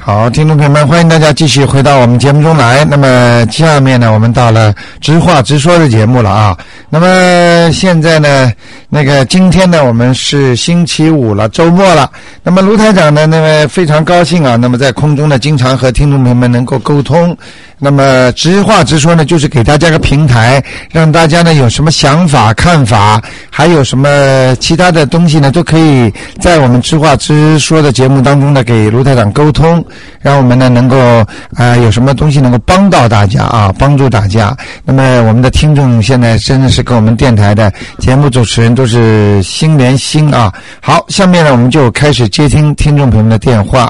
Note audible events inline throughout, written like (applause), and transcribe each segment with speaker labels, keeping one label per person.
Speaker 1: 好，听众朋友们，欢迎大家继续回到我们节目中来。那么下面呢，我们到了直话直说的节目了啊。那么现在呢，那个今天呢，我们是星期五了，周末了。那么卢台长呢，那么非常高兴啊。那么在空中呢，经常和听众朋友们能够沟通。那么直话直说呢，就是给大家个平台，让大家呢有什么想法、看法，还有什么其他的东西呢，都可以在我们直话直说的节目当中呢，给卢台长沟通，让我们呢能够啊、呃有什么东西能够帮到大家啊，帮助大家。那么我们的听众现在真的是跟我们电台的节目主持人都是心连心啊。好，下面呢我们就开始接听听众朋友们的电话。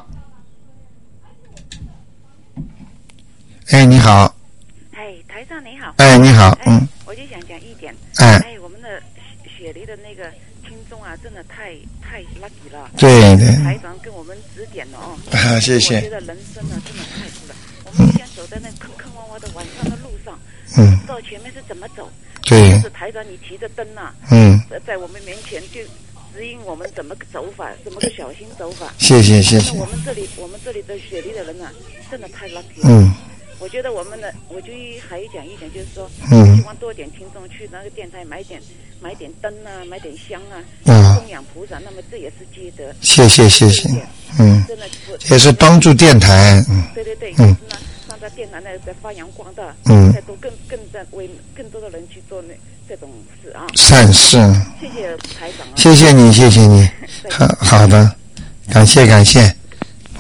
Speaker 1: 哎，你好，
Speaker 2: 哎，台上你好。
Speaker 1: 哎，你好，
Speaker 2: 哎
Speaker 1: 嗯，
Speaker 2: 我就想讲一点。
Speaker 1: 哎，
Speaker 2: 哎，我们的雪雪梨的那个听众啊，真的太太 lucky 了。
Speaker 1: 对对，
Speaker 2: 台长给我们指点了哦。
Speaker 1: (laughs) 啊，谢嗯
Speaker 2: 我
Speaker 1: 谢
Speaker 2: 觉，得人生啊，真的太苦了。我们现在走在那坑坑洼洼的晚上的路上，不
Speaker 1: 嗯，
Speaker 2: 知道前面是怎么走。
Speaker 1: 对
Speaker 2: 但，是台长，你提着灯啊，
Speaker 1: 嗯，
Speaker 2: 在在我们面前就指引我们怎么个走法，怎么个小心走法。
Speaker 1: 谢谢谢
Speaker 2: 那
Speaker 1: 谢
Speaker 2: 我，们这里，我们这里的雪梨的人啊，真的太 lucky 了。
Speaker 1: 嗯
Speaker 2: 我觉得我们的，我就还讲一点，就是说，
Speaker 1: 嗯
Speaker 2: 希望多点听众去那个电台买点买点灯啊，买点香啊，
Speaker 1: 啊，
Speaker 2: 供养菩萨，那么这也是积德，
Speaker 1: 谢谢谢
Speaker 2: 这
Speaker 1: 谢
Speaker 2: 一点，
Speaker 1: 嗯，
Speaker 2: 真的我
Speaker 1: 也是帮助电台，嗯
Speaker 2: 对对对，
Speaker 1: 嗯
Speaker 2: 那让在电台呢在发扬光大，
Speaker 1: 嗯
Speaker 2: 再多更更在为更多的人去做那这种事啊，
Speaker 1: 善事，
Speaker 2: 谢谢台长啊，
Speaker 1: 谢谢你谢谢你，
Speaker 2: 再见
Speaker 1: 好好的，感谢感谢，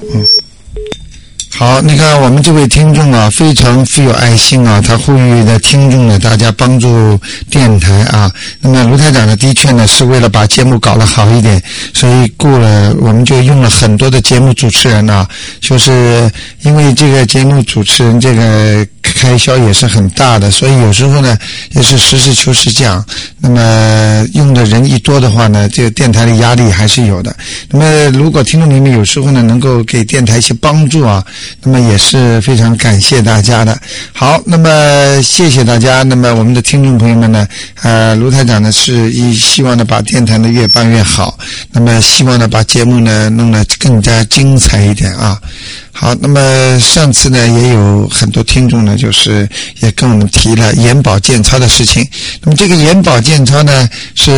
Speaker 1: 嗯。好，那个我们这位听众啊，非常富有爱心啊，他呼吁的听众呢，大家帮助电台啊。那么卢台长呢，的确呢是为了把节目搞得好一点，所以雇了我们就用了很多的节目主持人啊，就是因为这个节目主持人这个开销也是很大的，所以有时候呢也是实事求是讲。那么用的人一多的话呢，这个电台的压力还是有的。那么如果听众朋友们有时候呢能够给电台一些帮助啊，那么也是非常感谢大家的。好，那么谢谢大家。那么我们的听众朋友们呢，呃，卢台长呢是以希望呢把电台呢越办越好，那么希望呢把节目呢弄得更加精彩一点啊。好，那么上次呢也有很多听众呢，就是也跟我们提了眼保健操的事情。那么这个眼保健操呢，是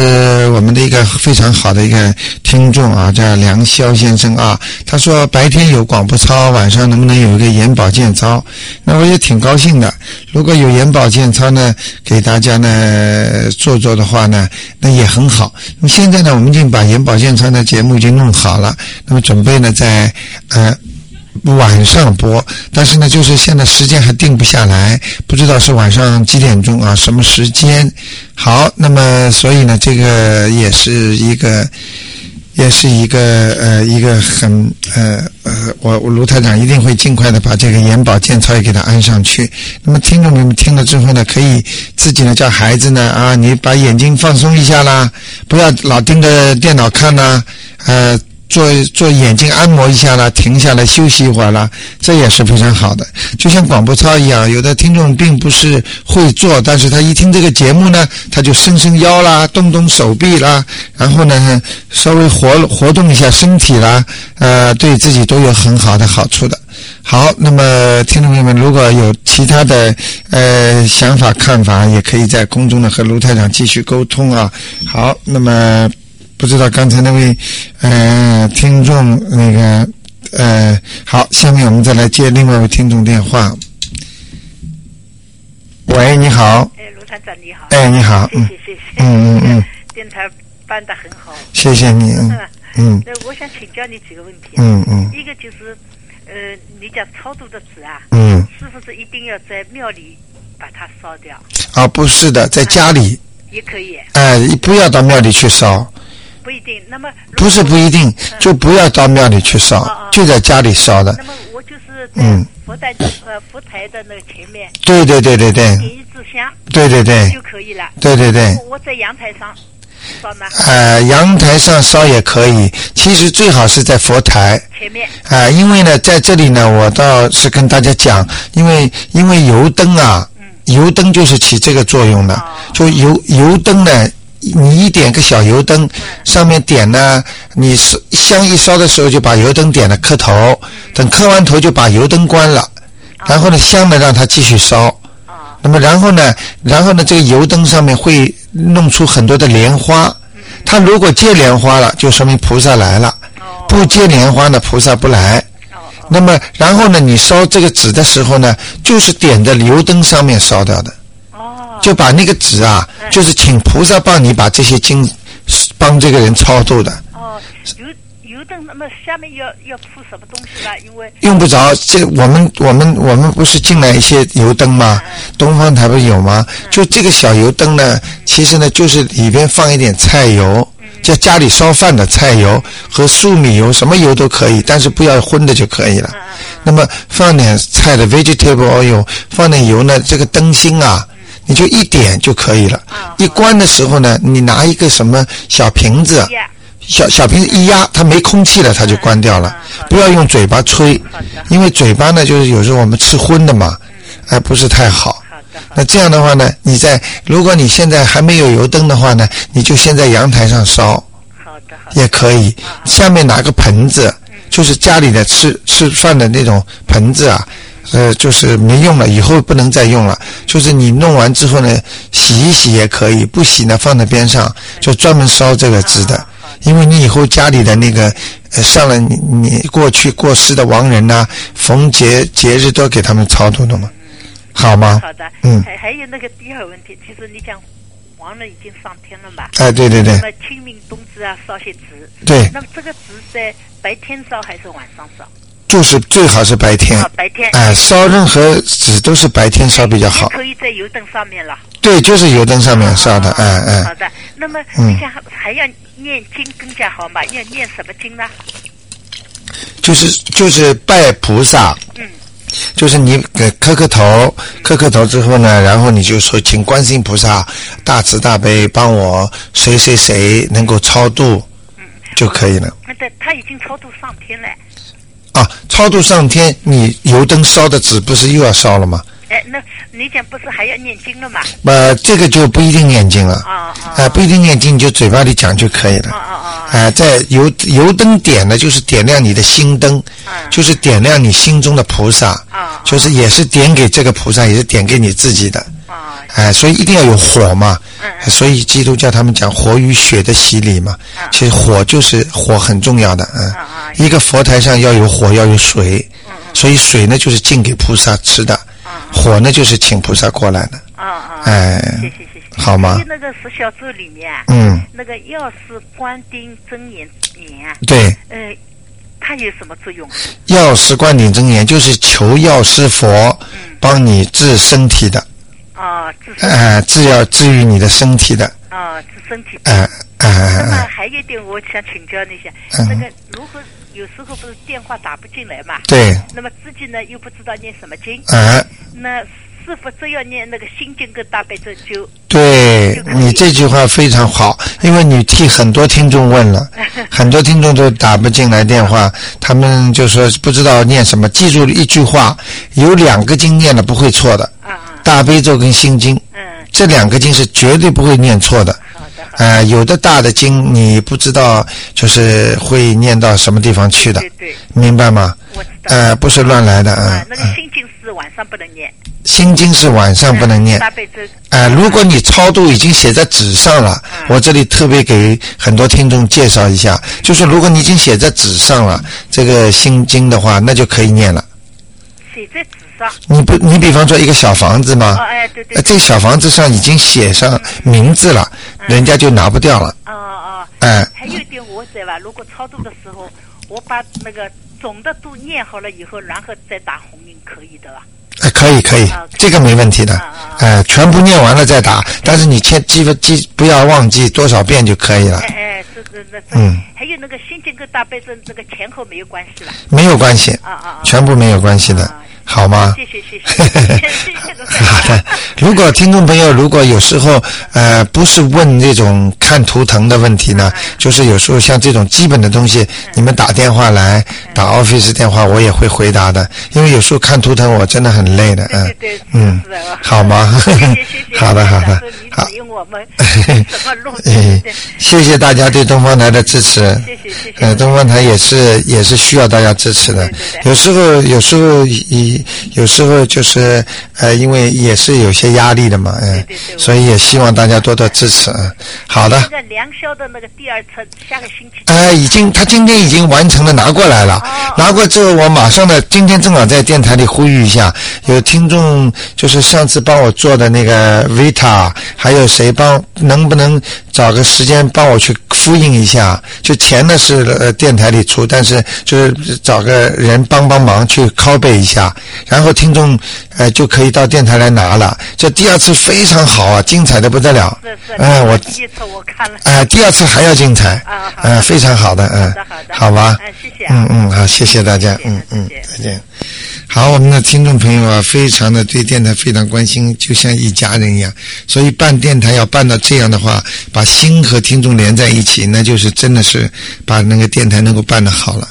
Speaker 1: 我们的一个非常好的一个听众啊，叫梁霄先生啊，他说白天有广播操，晚上能不能有一个眼保健操？那我也挺高兴的。如果有眼保健操呢，给大家呢做做的话呢，那也很好。那么现在呢，我们已经把眼保健操的节目已经弄好了，那么准备呢在呃。晚上播，但是呢，就是现在时间还定不下来，不知道是晚上几点钟啊，什么时间。好，那么所以呢，这个也是一个，也是一个呃一个很呃呃，我我卢台长一定会尽快的把这个眼保健操也给它安上去。那么听众朋友们听了之后呢，可以自己呢叫孩子呢啊，你把眼睛放松一下啦，不要老盯着电脑看啦，呃，做做眼睛按摩一下啦，停下来休息一会儿啦，这也是非常好的。就像广播操一样，有的听众并不是会做，但是他一听这个节目呢，他就伸伸腰啦，动动手臂啦，然后呢稍微活活动一下身体啦，呃，对自己都有很好的好处的。好，那么听众朋友们，如果有其他的呃想法看法，也可以在空中呢和卢台长继续沟通啊。好，那么不知道刚才那位呃听众那个呃，好，下面我们再来接另外一位听众电话。喂，你好，
Speaker 3: 哎，卢团长你好，
Speaker 1: 哎，你好，
Speaker 3: 谢
Speaker 1: 嗯
Speaker 3: 谢谢谢，
Speaker 1: 嗯嗯嗯，
Speaker 3: (laughs) 电台办得很好。
Speaker 1: 谢谢你，嗯
Speaker 3: 那
Speaker 1: 嗯
Speaker 3: 那我想请教你几个问题啊，
Speaker 1: 嗯嗯
Speaker 3: 一个就是，呃，你讲超度的纸啊，
Speaker 1: 嗯，
Speaker 3: 是不是一定要在庙里把它烧掉？
Speaker 1: 啊，不是的，在家里，
Speaker 3: 也可以，
Speaker 1: 哎、不要到庙里去烧，
Speaker 3: 不一定。那么如果
Speaker 1: 不是不一定，就不要到庙里去烧，就在家里烧的
Speaker 3: 那，么我就是
Speaker 1: 嗯
Speaker 3: 在佛台的呃佛台的那个前面
Speaker 1: 对对对对
Speaker 3: 点
Speaker 1: 对
Speaker 3: 一支香
Speaker 1: 对对对
Speaker 3: 就可以了。
Speaker 1: 对对对。
Speaker 3: 我在阳台上烧呢，
Speaker 1: 呃，阳台上烧也可以，其实最好是在佛台。
Speaker 3: 前面
Speaker 1: 啊、因为呢，在这里呢，我倒是跟大家讲，因为因为油灯啊，油灯就是起这个作用的
Speaker 3: 哦，
Speaker 1: 就油油灯呢，你一点个小油灯，上面点呢，你烧香一烧的时候就把油灯点了，磕头，等磕完头就把油灯关了，然后呢香呢让它继续烧，
Speaker 3: 哦
Speaker 1: 那么然后呢，然后呢这个油灯上面会弄出很多的莲花，它如果结莲花了，就说明菩萨来了，
Speaker 3: 哦
Speaker 1: 不结莲花呢菩萨不来。
Speaker 3: 哦哦
Speaker 1: 那么然后呢，你烧这个纸的时候呢，就是点在油灯上面烧掉的。
Speaker 3: 哦，
Speaker 1: 就把那个纸啊，就是请菩萨帮你把这些经帮这个人超度的，
Speaker 3: 哦，油油灯，那么下面要要铺什么东西啦？因为
Speaker 1: 用不着。这我们我们我们不是进来一些油灯
Speaker 3: 呃
Speaker 1: 吗？东方台不是有吗？就这个小油灯呢，其实呢就是里边放一点菜油，就家里烧饭的菜油和粟米油，什么油都可以，但是不要荤的就可以了。那么放点菜的 vegetable oil，放点油呢，这个灯芯啊。你就一点就可以了。
Speaker 3: 啊
Speaker 1: 一关的时候呢，你拿一个什么小瓶子，
Speaker 3: 呀，啊
Speaker 1: 小小瓶子一压，它没空气了，它就关掉了。不要用嘴巴吹
Speaker 3: 好的，
Speaker 1: 因为嘴巴呢，就是有时候我们吃荤的嘛，哎，不是太好。
Speaker 3: 好的好的，
Speaker 1: 那这样的话呢，你在如果你现在还没有油灯的话呢，你就先在阳台上烧
Speaker 3: 好的好的，
Speaker 1: 也可以。下面拿个盆子，就是家里的吃吃饭的那种盆子啊，呃，就是没用了，以后不能再用了。就是你弄完之后呢，洗一洗也可以，不洗呢放在边上，就专门烧这个纸的。因为你以后家里的那个，呃，上了你你过去过世的亡人呐、逢节节日都给他们超度的嘛，好吗？
Speaker 3: 好的，
Speaker 1: 嗯
Speaker 3: 还还有那个第二个问题，其实你讲亡人已经上天了嘛，
Speaker 1: 哎，对对对
Speaker 3: 那么清明冬至啊，烧些纸，
Speaker 1: 对，
Speaker 3: 那么这个纸在白天烧还是晚上烧？
Speaker 1: 就是最好是白天
Speaker 3: 啊，，白天。
Speaker 1: 哎，烧任何纸都是白天烧比较好
Speaker 3: 也。可以在油灯上面了。啊
Speaker 1: 对，就是油灯上面烧的，哎
Speaker 3: 好
Speaker 1: 哎，
Speaker 3: 的，那么
Speaker 1: 嗯
Speaker 3: 你想还要念经更加好嘛？要念什么经呢？
Speaker 1: 就是就是拜菩萨，
Speaker 3: 嗯，
Speaker 1: 就是你给磕磕头，磕磕头之后呢，然后你就说，请观世音菩萨大慈大悲，帮我谁谁谁能够超度，就可以了。
Speaker 3: 嗯那他他已经超度上天了。
Speaker 1: 啊，超度上天，你油灯烧的纸不是又要烧了吗？
Speaker 3: 哎，那你讲不是还要念经了嘛？
Speaker 1: 呃，这个就不一定念经了，
Speaker 3: 啊
Speaker 1: 啊、
Speaker 3: 啊
Speaker 1: 不一定念经，你就嘴巴里讲就可以了。
Speaker 3: 啊啊啊！
Speaker 1: 啊，在油油灯点呢，就是点亮你的心灯，就是点亮你心中的菩萨
Speaker 3: 啊，
Speaker 1: 就是也是点给这个菩萨，也是点给你自己的，
Speaker 3: 啊
Speaker 1: 哎，所以一定要有火嘛，
Speaker 3: 嗯
Speaker 1: 所以基督教他们讲火与血的洗礼嘛，其实火就是火很重要的，嗯
Speaker 3: 啊，
Speaker 1: 一个佛台上要有火，要有水，
Speaker 3: 嗯
Speaker 1: 所以水呢就是敬给菩萨吃的，火呢就是请菩萨过来的，
Speaker 3: 啊啊！
Speaker 1: 哎，
Speaker 3: 谢谢谢谢。
Speaker 1: 好吗
Speaker 3: 还有那个十小咒里面啊，
Speaker 1: 嗯，
Speaker 3: 那个药师观丁真言年啊，
Speaker 1: 对，
Speaker 3: 呃，它有什么作用啊？
Speaker 1: 药师灌顶真言就是求药师佛帮你治身体的，
Speaker 3: 啊，治身
Speaker 1: 呃，治疗治愈你的身体的，
Speaker 3: 啊治身体。
Speaker 1: 呃呃
Speaker 3: 那么
Speaker 1: 呃，
Speaker 3: 还有一点，我想请教你一下，
Speaker 1: 嗯
Speaker 3: 那个如何有时候不是电话打不进来嘛？
Speaker 1: 对，
Speaker 3: 那么自己呢又不知道念什么经，
Speaker 1: 呃，
Speaker 3: 那是否只要念那个心经跟大悲咒就 (laughs)
Speaker 1: 对你这句话非常好，因为你替很多听众问了，很多听众都打不进来电话，他们就说不知道念什么，记住一句话，有两个经念了不会错的，
Speaker 3: 啊
Speaker 1: 大悲咒跟心经。
Speaker 3: 嗯
Speaker 1: 这两个经是绝对不会念错的。
Speaker 3: 好的好
Speaker 1: 呃，有的大的经你不知道，就是会念到什么地方去的
Speaker 3: 对，对
Speaker 1: 明白吗？
Speaker 3: 我知道
Speaker 1: 呃，不是乱来的啊
Speaker 3: 啊。那个心经是晚上不能念，
Speaker 1: 心经是晚上不能念
Speaker 3: 大。悲咒
Speaker 1: 呃，如果你超度已经写在纸上了，
Speaker 3: 嗯
Speaker 1: 我这里特别给很多听众介绍一下，就是如果你已经写在纸上了
Speaker 3: 嗯
Speaker 1: 这个心经的话，那就可以念了。
Speaker 3: 写在纸上。
Speaker 1: 你不，你比方说一个小房子嘛
Speaker 3: 哦，哎对对
Speaker 1: 呃这个小房子上已经写上名字了，
Speaker 3: 嗯
Speaker 1: 人家就拿不掉了。
Speaker 3: 啊啊！
Speaker 1: 哎
Speaker 3: 还有一点我在吧，如果超度的时候，我把那个总的都念好了以后，然后再打红印，可以的吧？
Speaker 1: 哎，可以可以
Speaker 3: 啊，
Speaker 1: 这个没问题的
Speaker 3: 啊啊啊，
Speaker 1: 哎，全部念完了再打，但是你千记不记不要忘记多少遍就可以了
Speaker 3: 哎，哎，这这那这，
Speaker 1: 嗯
Speaker 3: 还有那个心经跟大悲咒，那个前后没有关系吧？
Speaker 1: 没有关系
Speaker 3: 啊啊啊，
Speaker 1: 全部没有关系的
Speaker 3: 啊，
Speaker 1: 好吗？ (laughs)
Speaker 4: 谢谢谢谢，谢谢卢
Speaker 1: 好
Speaker 4: 台
Speaker 1: 的，如果听众朋友如果有时候呃不是问这种看图腾的问题呢，就是有时候像这种基本的东西，你们打电话来打 office 电话，我也会回答的，因为有时候看图腾我真的很累的，
Speaker 4: 长，
Speaker 1: 嗯
Speaker 4: 对对对，
Speaker 1: 嗯
Speaker 4: 是的，
Speaker 1: 好吗
Speaker 4: 谢谢谢谢，
Speaker 1: 好的好的好
Speaker 4: 你指引我们
Speaker 1: 嘿
Speaker 4: 怎么录，
Speaker 1: 嗯
Speaker 4: 对，
Speaker 1: 谢谢大家对东方台的支持。
Speaker 4: 谢谢谢
Speaker 1: 呃，
Speaker 4: 谢，
Speaker 1: 东方台也是也是需要大家支持的
Speaker 4: 对对。对
Speaker 1: 有时候有时候以有时候就是呃，因为也是有些压力的嘛，嗯
Speaker 4: 对对，对
Speaker 1: 所以也希望大家多多支持。嗯，好的
Speaker 4: 那，个梁霄的那个第二册，下个星期
Speaker 1: 呃，已经他今天已经完成了拿过来了，拿过之后我马上呢，今天正好在电台里呼吁一下，有听众就是上次帮我做的那个 Vita，还有谁帮能不能找个时间帮我去复印一下？就钱呢是呃电台里出，但是就是找个人帮帮忙去 copy 一下，然后听众呃就可以到电台来拿了。这第二次非常好啊，精彩的不得了
Speaker 4: 是是，。
Speaker 1: 哎、我
Speaker 4: 第一册我看了，
Speaker 1: 啊、第二次还要精彩，
Speaker 4: 啊好的
Speaker 1: 呃，非常好的，嗯、
Speaker 4: 好的好的，
Speaker 1: 好吧，
Speaker 3: 哎
Speaker 4: 嗯，谢谢啊，
Speaker 1: 嗯嗯，好，谢谢大家，
Speaker 4: 谢谢
Speaker 1: 嗯嗯
Speaker 4: 谢谢，
Speaker 1: 再见。好，我们的听众朋友啊，非常的对电台非常关心，就像一家人一样。所以办电台要办到这样的话，把心和听众连在一起，那就是真的是把那个电台能够办得好了。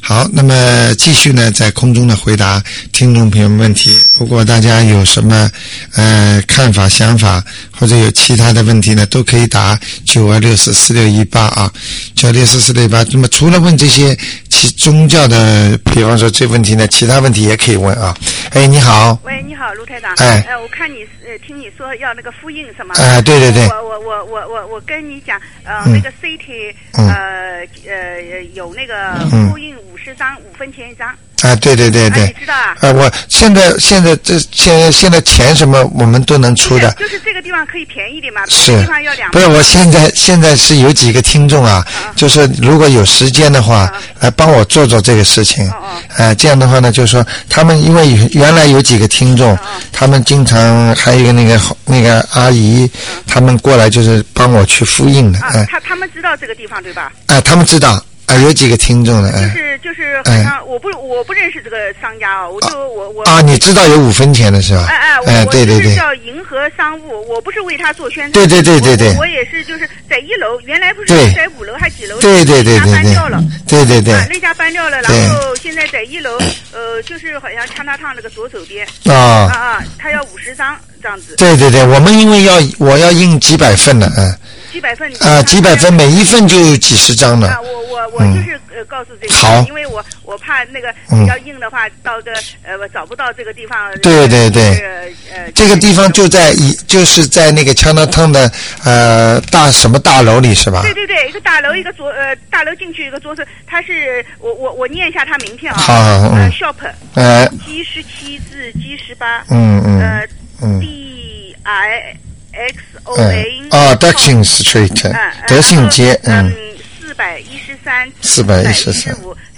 Speaker 1: 好，那么继续呢，在空中呢回答听众朋友们问题。如果大家有什么呃看法、想法，或者有其他的问题呢，都可以打九二六四四六一八啊，九二六四四六一八。那么除了问这些其宗教的，比方说这问题呢，其他问题也可以问啊。哎，你好，
Speaker 3: 喂，你好，卢台长。
Speaker 1: 哎
Speaker 3: 呃，我看你呃，听你说要那个复印是吗？
Speaker 1: 哎对对对
Speaker 3: 我我我我我我跟你讲，呃，
Speaker 1: 嗯
Speaker 3: 那个 CT 呃呃有那个
Speaker 1: 嗯
Speaker 3: 复印五十张，五分钱一张。
Speaker 1: 啊，对对对
Speaker 3: 哎，
Speaker 1: 对
Speaker 3: 你，知道啊？
Speaker 1: 呃，我现在现在这现现在钱什么我们都能出的，
Speaker 3: 就是这个地方可以便宜点嘛，
Speaker 1: 是
Speaker 3: 别的地方要两
Speaker 1: 不是，
Speaker 3: 毛。
Speaker 1: 我现在现在是有几个听众啊，就是如果有时间的话，来帮我做做这个事情。
Speaker 3: 哦哦
Speaker 1: 呃，这样的话呢，就是说他们因为原来有几个听众，他们经常还有一个那个那个阿姨，他们过来就是帮我去复印的。
Speaker 3: 啊
Speaker 1: 哎、，
Speaker 3: 他他们知道这个地方对吧？
Speaker 1: 哎、他们知道啊、哎有几个听众的。
Speaker 3: 就
Speaker 1: 哎、
Speaker 3: 是就是，好像我不我不认识这个商家哦，我就我我。
Speaker 1: 啊，你知道有五分钱的是吧？
Speaker 3: 哎哎，我
Speaker 1: 哎
Speaker 3: 我
Speaker 1: 对对
Speaker 3: 就
Speaker 1: 对
Speaker 3: 是，叫银河商务，我不是为他做宣传，
Speaker 1: 对对对对对
Speaker 3: 我我我也是就是在一楼，原来不
Speaker 1: 对
Speaker 3: 是在五楼还几楼，
Speaker 1: 对对对
Speaker 3: 他
Speaker 1: 对
Speaker 3: 搬
Speaker 1: 对
Speaker 3: 掉了，，
Speaker 1: 对对对
Speaker 3: 啊，那家搬掉了，
Speaker 1: 对
Speaker 3: 然后现在在一楼，呃，就是好像昌大烫那个左手边，
Speaker 1: 啊
Speaker 3: 啊。啊，他要五十张这样子，
Speaker 1: 对对对，我们因为要我要印几百份的，嗯、
Speaker 3: 几百份
Speaker 1: 啊，几百份，。每一份就有几十张
Speaker 3: 啊，
Speaker 1: 了。
Speaker 3: 我我我就是呃告诉这个，
Speaker 1: 好
Speaker 3: 因为我我怕那个
Speaker 1: 嗯
Speaker 3: 比较硬的话，到个呃我找不到这个地方。
Speaker 1: 对对对
Speaker 3: 就是，呃，
Speaker 1: 这个地方就在一就是在那个枪刀汤的呃大什么大楼里是吧
Speaker 3: 对？对对，一个大楼，一个左呃大楼进去一个左手，他是我我我念一下他名片啊，
Speaker 1: 好好好
Speaker 3: 呃
Speaker 1: 嗯
Speaker 3: shop
Speaker 1: 呃，
Speaker 3: G 十七至 G 十八，
Speaker 1: 嗯嗯
Speaker 3: 呃
Speaker 1: 嗯，
Speaker 3: D I X O
Speaker 1: 嗯
Speaker 3: A，
Speaker 1: 啊，Duxing Street，德信街，
Speaker 3: 啊呃嗯
Speaker 1: 嗯，，
Speaker 3: 四百一十三，
Speaker 1: 413
Speaker 3: 五 Sax Street，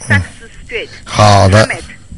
Speaker 1: 嗯好的，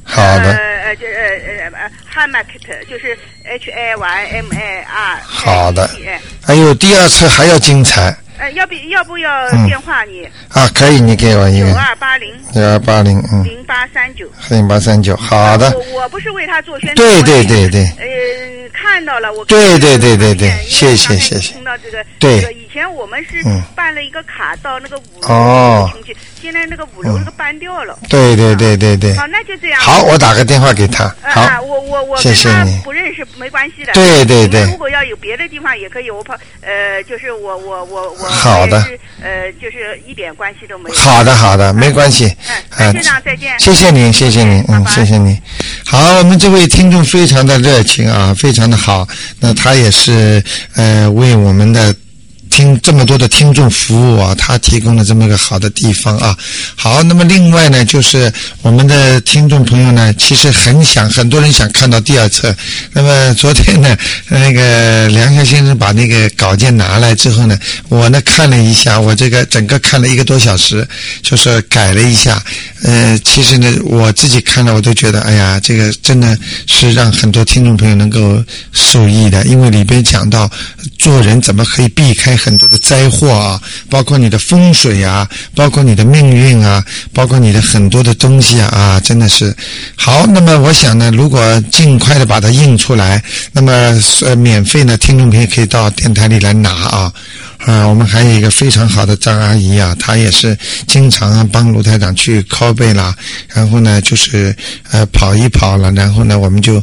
Speaker 1: 好的，
Speaker 3: 呃呃就呃呃呃 h a m a k e t 就是 H A Y M A R，
Speaker 1: 好的
Speaker 3: H A，
Speaker 1: 还有哎第二次还要精彩
Speaker 3: 呃，要不要不要
Speaker 1: 嗯
Speaker 3: 电话你
Speaker 1: 啊，可以，你给我一
Speaker 3: 九
Speaker 1: 个
Speaker 3: 二八零
Speaker 1: 幺二八零，嗯，
Speaker 3: 零八三九。
Speaker 1: 零八三九，好的，
Speaker 3: 嗯啊我我不是为他做宣传，
Speaker 1: 对对
Speaker 3: 我
Speaker 1: 对对，
Speaker 3: 也，呃，看到了，我
Speaker 1: 对对对对对
Speaker 3: 因
Speaker 1: 谢
Speaker 3: 为
Speaker 1: 谢
Speaker 3: 刚才
Speaker 1: 谢谢
Speaker 3: 听到这个，
Speaker 1: 对
Speaker 3: 这个以前我们是
Speaker 1: 嗯
Speaker 3: 办了一个卡到那个五
Speaker 1: 哦
Speaker 3: 楼进去，现在那个五楼那个搬掉了。
Speaker 1: 对对对对对，
Speaker 3: 好，那就这样。
Speaker 1: 好，我打个电话给他，
Speaker 3: 呃。
Speaker 1: 好，
Speaker 3: 啊，我我我
Speaker 1: 谢
Speaker 3: 跟
Speaker 1: 谢
Speaker 3: 他
Speaker 1: 你
Speaker 3: 不认识没关系的。
Speaker 1: 对对
Speaker 3: 你们
Speaker 1: 对
Speaker 3: 如果要有别的地方也可以，我怕呃，就是我我我我
Speaker 1: 好的
Speaker 3: 我也是呃，就是一点关系都没有。
Speaker 1: 好的，好的，没关系。
Speaker 3: 嗯，
Speaker 1: 啊
Speaker 3: 那就这样，再见。
Speaker 1: 谢谢您，谢谢您，嗯，
Speaker 3: 拜拜
Speaker 1: 谢谢您。好，我们这位听众非常的热情啊，非常的好。那他也是呃为我们的听这么多的听众服务啊，他提供了这么一个好的地方啊。好，那么另外呢，就是我们的听众朋友呢，其实很想，很多人想看到第二册。那么昨天呢， (laughs) 那个梁夏先生把那个稿件拿来之后呢，我呢看了一下，我这个整个看了一个多小时，就是改了一下。呃，其实呢，我自己看了，我都觉得，哎呀，这个真的是让很多听众朋友能够受益的，因为里边讲到做人怎么可以避开很多的灾祸啊，包括你的风水啊，包括你的命运啊，包括你的很多的东西啊，啊，真的是好。那么我想呢，如果尽快的把它印出来，那么呃，免费呢，听众朋友可以到电台里来拿啊。啊，我们还有一个非常好的张阿姨啊，她也是经常啊帮卢台长去拷贝啦，然后呢就是呃跑一跑了，然后呢我们就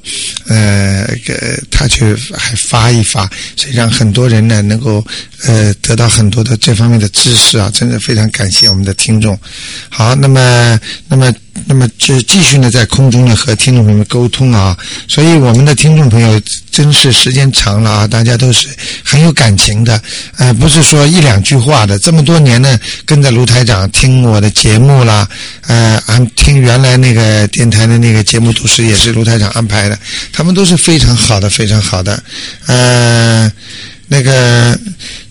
Speaker 1: 呃给她去还发一发，所以让很多人呢能够呃得到很多的这方面的知识啊，真的非常感谢我们的听众。好，那么那么那么就继续呢，在空中呢和听众朋友们沟通啊。所以我们的听众朋友真是时间长了啊，大家都是很有感情的，呃，不是说一两句话的。这么多年呢，跟着卢台长听我的节目啦，呃，安听原来那个电台的那个节目主持也是卢台长安排的，他们都是非常好的，非常好的，呃。那个，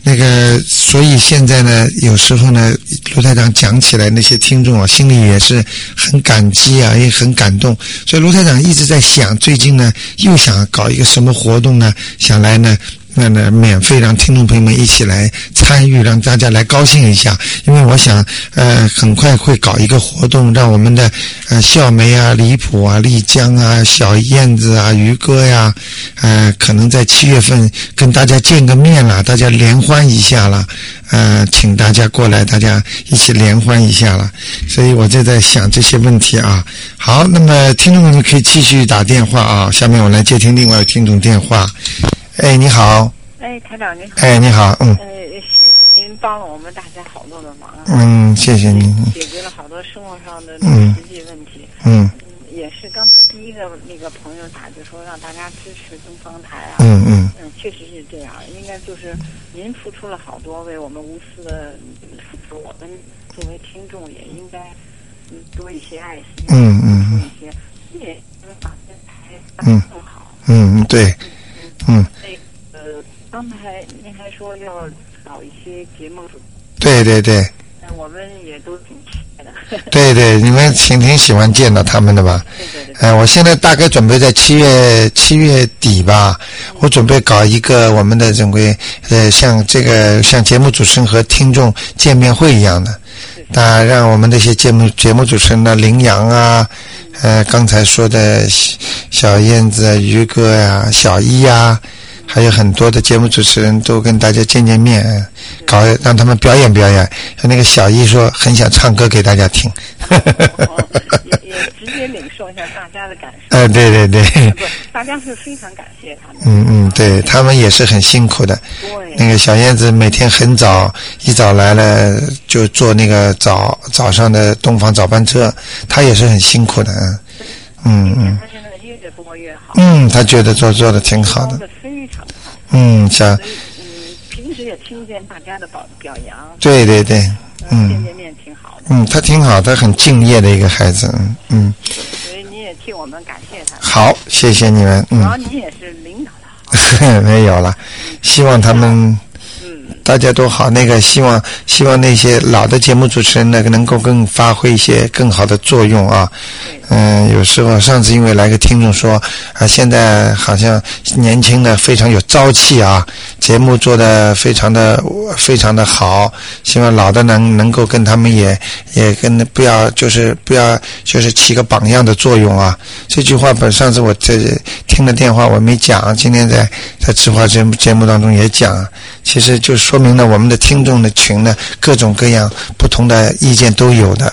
Speaker 1: 那个，所以现在呢，有时候呢，卢台长讲起来，那些听众啊，心里也是很感激啊，也很感动。所以卢台长一直在想，最近呢，又想搞一个什么活动呢？想来呢，那呢，免费让听众朋友们一起来参与，让大家来高兴一下。因为我想，呃，很快会搞一个活动，让我们的呃笑梅啊、李普啊、丽江啊、小燕子啊、于哥呀、呃，可能在七月份跟大家见个面了，大家联欢一下了，呃，请大家过来，大家一起联欢一下了。所以我就在想这些问题啊。好，那么听众朋友们可以继续打电话啊。下面我来接听另外的听众电话。哎，你好。
Speaker 3: 哎，台长您好，
Speaker 1: 哎，你好，嗯
Speaker 3: 呃，谢谢您帮了我们大家好多的忙啊，
Speaker 1: 嗯，谢谢您，
Speaker 3: 解决了好多生活上的那个实际问题。
Speaker 1: 嗯
Speaker 3: 嗯也是刚才第一个那个朋友打就说让大家支持东方台啊，
Speaker 1: 嗯嗯
Speaker 3: 嗯，确实是这样，应该就是您付出了好多，为我们无私的付出，我们作为听众也应该嗯多一些爱心，
Speaker 1: 嗯嗯
Speaker 3: 多一些，也能把这台办得更好。
Speaker 1: 嗯，嗯对，嗯
Speaker 3: 那个刚才您还说要搞一些节目主
Speaker 1: 对对对
Speaker 3: 那我们也都挺期待的。
Speaker 1: (laughs) 对
Speaker 3: 对
Speaker 1: 对，你们挺挺喜欢见到他们的吧？
Speaker 3: 对对，
Speaker 1: 哎，我现在大概准备在七月七月底吧，我准备搞一个我们的整个呃，像这个像节目主持人和听众见面会一样的，那让我们这些节目节目主持人呢，羚羊啊，呃，刚才说的小小燕子、啊、于哥呀、小一啊，还有很多的节目主持人都跟大家见见面，搞让他们表演表演。像那个小一说很想唱歌给大家听，
Speaker 3: 哦，也也直接领受一下大家的感受。
Speaker 1: 呃，对对对。
Speaker 3: 不，大家是非常感谢他们。哎
Speaker 1: 嗯嗯，对他们也是很辛苦的。那
Speaker 3: 对，
Speaker 1: 个小燕子每天很早一早来了，就坐那个早早上的东方早班车，她也是很辛苦的。嗯嗯
Speaker 3: 他现在越播越好，
Speaker 1: 嗯，她觉得做做的挺好
Speaker 3: 装
Speaker 1: 的。
Speaker 3: 的非常好。
Speaker 1: 嗯，想
Speaker 3: 所以，嗯，平时也听见大家的表表扬，
Speaker 1: 对对对，
Speaker 3: 嗯，见见面挺好的。
Speaker 1: 嗯，她挺好，她很敬业的一个孩子。嗯嗯，
Speaker 3: 所以你也替我们感谢他们，
Speaker 1: 好，谢谢你们。
Speaker 3: 然后
Speaker 1: 嗯，
Speaker 3: 你也是领导的
Speaker 1: (laughs)
Speaker 3: 好，
Speaker 1: 没有了，希望他们。
Speaker 3: 嗯，
Speaker 1: 大家都好，那个希望希望那些老的节目主持人呢，能够更发挥一些更好的作用啊。嗯，有时候上次因为来个听众说啊，现在好像年轻的非常有朝气啊，节目做的非常的非常的好，希望老的能能够跟他们也也跟不要就是不要就是起个榜样的作用啊。这句话本上次我这听了电话我没讲，今天在在直话节目节目当中也讲，其实就说明了我们的听众的群呢，各种各样不同的意见都有的。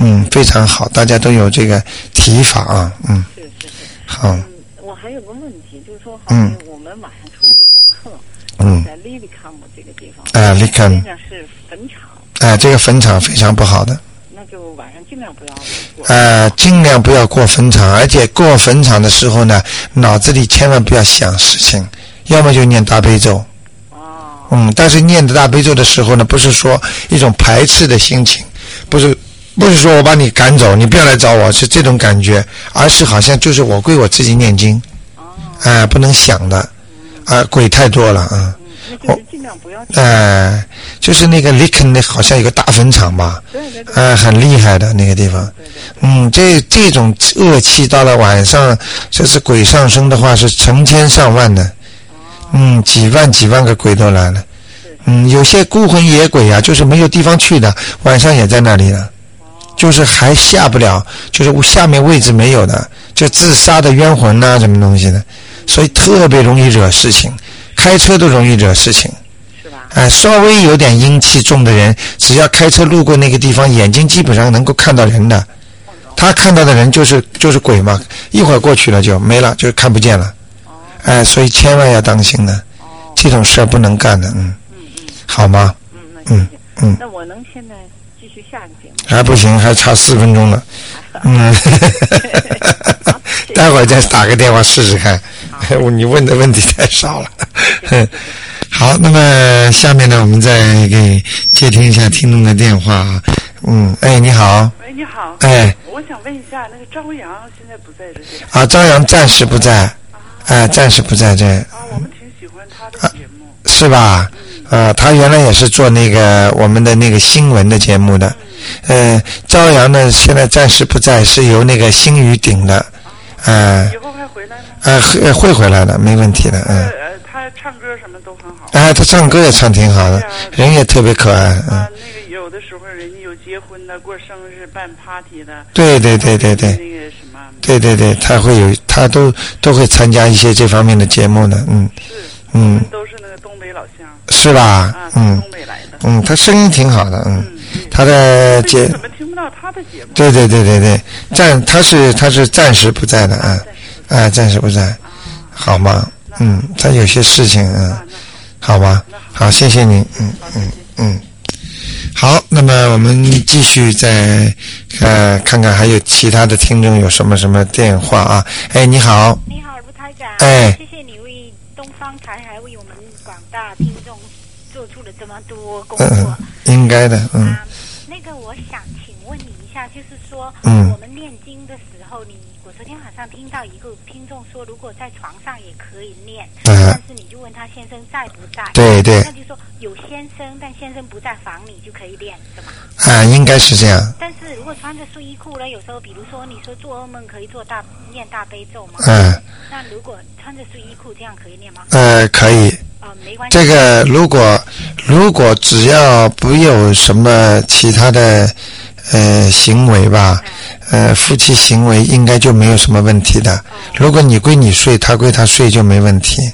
Speaker 1: 嗯，非常好，大家都有这个提法啊，嗯，
Speaker 3: 是是是。
Speaker 1: 好，
Speaker 3: 嗯，我还有个问题，就是说，好像我们晚上出去上课，
Speaker 1: 嗯
Speaker 3: 在 l i l y c o m 这个地方，
Speaker 1: 啊，Lycom
Speaker 3: 边上是坟场，
Speaker 1: 哎、这个坟场非常不好的，
Speaker 3: 那就晚上尽量不要过。
Speaker 1: 呃，尽量不要过坟场，而且过坟场的时候呢，脑子里千万不要想事情，要么就念大悲咒，
Speaker 5: 啊
Speaker 3: 哦，
Speaker 1: 嗯，但是念大悲咒的时候呢，不是说一种排斥的心情，不是不是说我把你赶走，你不要来找我，是这种感觉，而是好像就是我归我自己念经，啊、不能想的，啊、鬼太多了啊。
Speaker 3: 那就是尽量不要。
Speaker 1: 呃，就是那个 l i c k e n 那好像有个大坟场吧，
Speaker 3: 对对对
Speaker 1: 呃，很厉害的那个地方。
Speaker 3: 对对，
Speaker 1: 嗯，这这种恶气到了晚上，这是鬼上身的话，是成千上万的。嗯，几万几万个鬼都来了。嗯，有些孤魂野鬼啊，就是没有地方去的，晚上也在那里了，
Speaker 5: 哦
Speaker 1: 就是还下不了，就是下面位置没有的，就自杀的冤魂呐、什么东西的，所以特别容易惹事情，开车都容易惹事情。
Speaker 6: 是吧？
Speaker 1: 哎，稍微有点阴气重的人，只要开车路过那个地方，眼睛基本上能够看到人的。他看到的人就是就是鬼嘛，一会儿过去了就没了，就看不见了。
Speaker 5: 哦
Speaker 1: 哎，所以千万要当心的，这种事儿不能干的，嗯，好吗？
Speaker 6: 嗯，那
Speaker 1: 嗯
Speaker 6: 谢谢。
Speaker 1: 嗯
Speaker 6: 那我能现在继续下个节目吗？
Speaker 1: 还不行，还差四分钟了，嗯， (laughs) 呃待会儿再打个电话试试看。 (laughs) 你问的问题太少了。 (laughs) 好，那么下面呢，我们再给接听一下听众的电话啊。嗯，哎，你好，
Speaker 5: 喂，你好，
Speaker 1: 哎，
Speaker 5: 我想问一下，那个张扬现在不在这边
Speaker 1: 啊，张扬暂时不在，哎，暂时不在这，
Speaker 5: 啊？我们挺喜欢他的节目，嗯
Speaker 1: 是吧？啊，他原来也是做那个我们的那个新闻的节目的，呃，张扬呢现在暂时不在，是由那个新宇顶的，呃
Speaker 5: 以后还回来吗？
Speaker 1: 呃会会回来的，没问题的，嗯，
Speaker 5: 呃，他唱歌什么都很好。
Speaker 1: 哎，他唱歌也唱挺好的，人也特别可爱，嗯
Speaker 5: 啊，，那个有的时候人家有结婚的、过生日、办 party 的，
Speaker 1: 对对对对对。
Speaker 5: 那个什么，
Speaker 1: 对对对，他会有，他都都会参加一些这方面的节目的，嗯
Speaker 5: 是，
Speaker 1: 嗯，
Speaker 5: 都是那个东北老乡
Speaker 1: 是吧
Speaker 5: 啊，？从
Speaker 1: 嗯
Speaker 5: 东北来的。
Speaker 1: 嗯，他声音挺好的，嗯，他的
Speaker 5: 那
Speaker 1: 节
Speaker 5: 你，怎么听不到他的节目？
Speaker 1: 对对对对对，暂他是他是暂时不在的，啊，啊，暂时不在，好吗？嗯，他有些事情，嗯，好吧，好，谢谢你，嗯嗯嗯，好，那么我们继续再呃看看还有其他的听众有什么什么电话啊？哎，你好，
Speaker 7: 你好，卢台长。
Speaker 1: 哎
Speaker 7: 谢谢你为东方台还为我们广大听众做出了这么多工
Speaker 1: 嗯
Speaker 7: 作。
Speaker 1: 嗯，应该的，嗯。
Speaker 7: 啊，那个我想请问你一下，就是说，
Speaker 1: 嗯
Speaker 7: 我们念经的时候，你我昨天晚上听到一个听众说，如果在床上也可以念，
Speaker 1: 嗯
Speaker 7: 但是你就问他先生在不在？
Speaker 1: 对对
Speaker 7: 那就说有先生，但先生不在房里就可以念，是吗？
Speaker 1: 啊，应该是这样。
Speaker 7: 但是如果穿着睡衣裤呢，有时候比如说你说做噩梦可以做大念大悲咒吗？
Speaker 1: 嗯
Speaker 7: 那如果穿着睡衣裤这样可以念吗？
Speaker 1: 呃，可以。
Speaker 7: 呃，没关系。
Speaker 1: 这个如果如果只要不有什么其他的呃行为吧，呃夫妻行为应该就没有什么问题的。
Speaker 7: 哦
Speaker 1: 如果你归你睡，他归他睡就没问题。
Speaker 7: 哦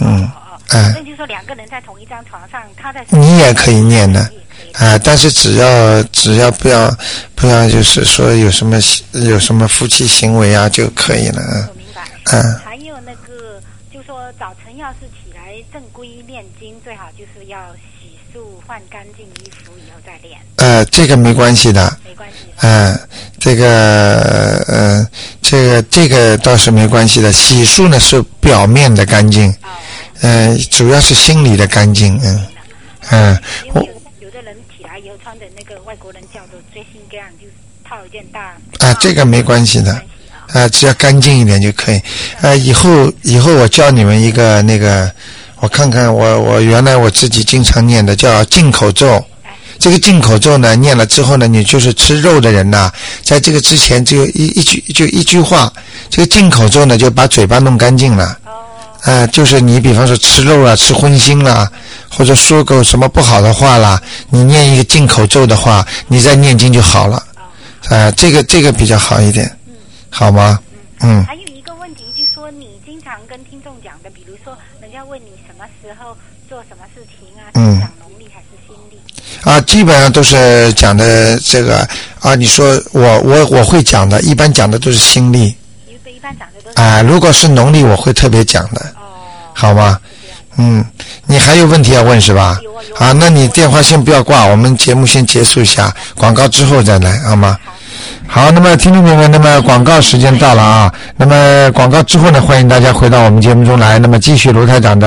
Speaker 1: 嗯，哎、
Speaker 7: 那就是说两个人在同一张床上，他在
Speaker 1: 你也可以念的
Speaker 7: 你也可以
Speaker 1: 啊、但是只要只要不要不要就是说有什么有什么夫妻行为啊就可以了。嗯
Speaker 7: 我明白。
Speaker 1: 嗯
Speaker 7: 还有那个，就说早晨要是起来正规念经，最好就是要洗漱、换干净衣服以后再练，
Speaker 1: 呃，这个没关系的。
Speaker 7: 没关系。
Speaker 1: 嗯，这个呃，这个这个倒是没关系的。洗漱呢是表面的干净，
Speaker 7: 哦，
Speaker 1: 嗯，主要是心里的干净，嗯嗯，
Speaker 7: 因
Speaker 1: 我
Speaker 7: 为有有的人起来以后穿着那个外国人叫做追星 g a 就是套一件大
Speaker 1: 啊，这个没关系的，
Speaker 7: 关系啊。
Speaker 1: 啊，只要干净一点就可以。呃，以后以后我教你们一个那个，我看看我我原来我自己经常念的叫进口咒。这个进口咒呢，念了之后呢，你就是吃肉的人呐、在这个之前只有一一句就一句话，这个进口咒呢就把嘴巴弄干净了。呃，就是你比方说吃肉啊，吃荤腥啦、或者说个什么不好的话啦，你念一个进口咒的话，你再念经就好了。啊、这个这个比较好一点，好吗？嗯，
Speaker 7: 还有一个问题，就是说你经常跟听众讲的，比如说人家问你什么时候做什么事情啊，
Speaker 1: 嗯
Speaker 7: 是讲农历还是新历？
Speaker 1: 啊，基本上都是讲的这个啊，你说我我我会讲的，一般讲的都是新历
Speaker 7: 一般一般讲的都是
Speaker 1: 啊，如果是农历，我会特别讲的，
Speaker 7: 哦，
Speaker 1: 好吗？嗯，你还有问题要问是吧
Speaker 7: 有啊有？啊
Speaker 1: 啊，那你电话先不要挂，我们节目先结束一下，广告之后再来，好吗？好，那么听众朋友们，那么广告时间到了啊，那么广告之后呢，欢迎大家回到我们节目中来，那么继续卢台长的。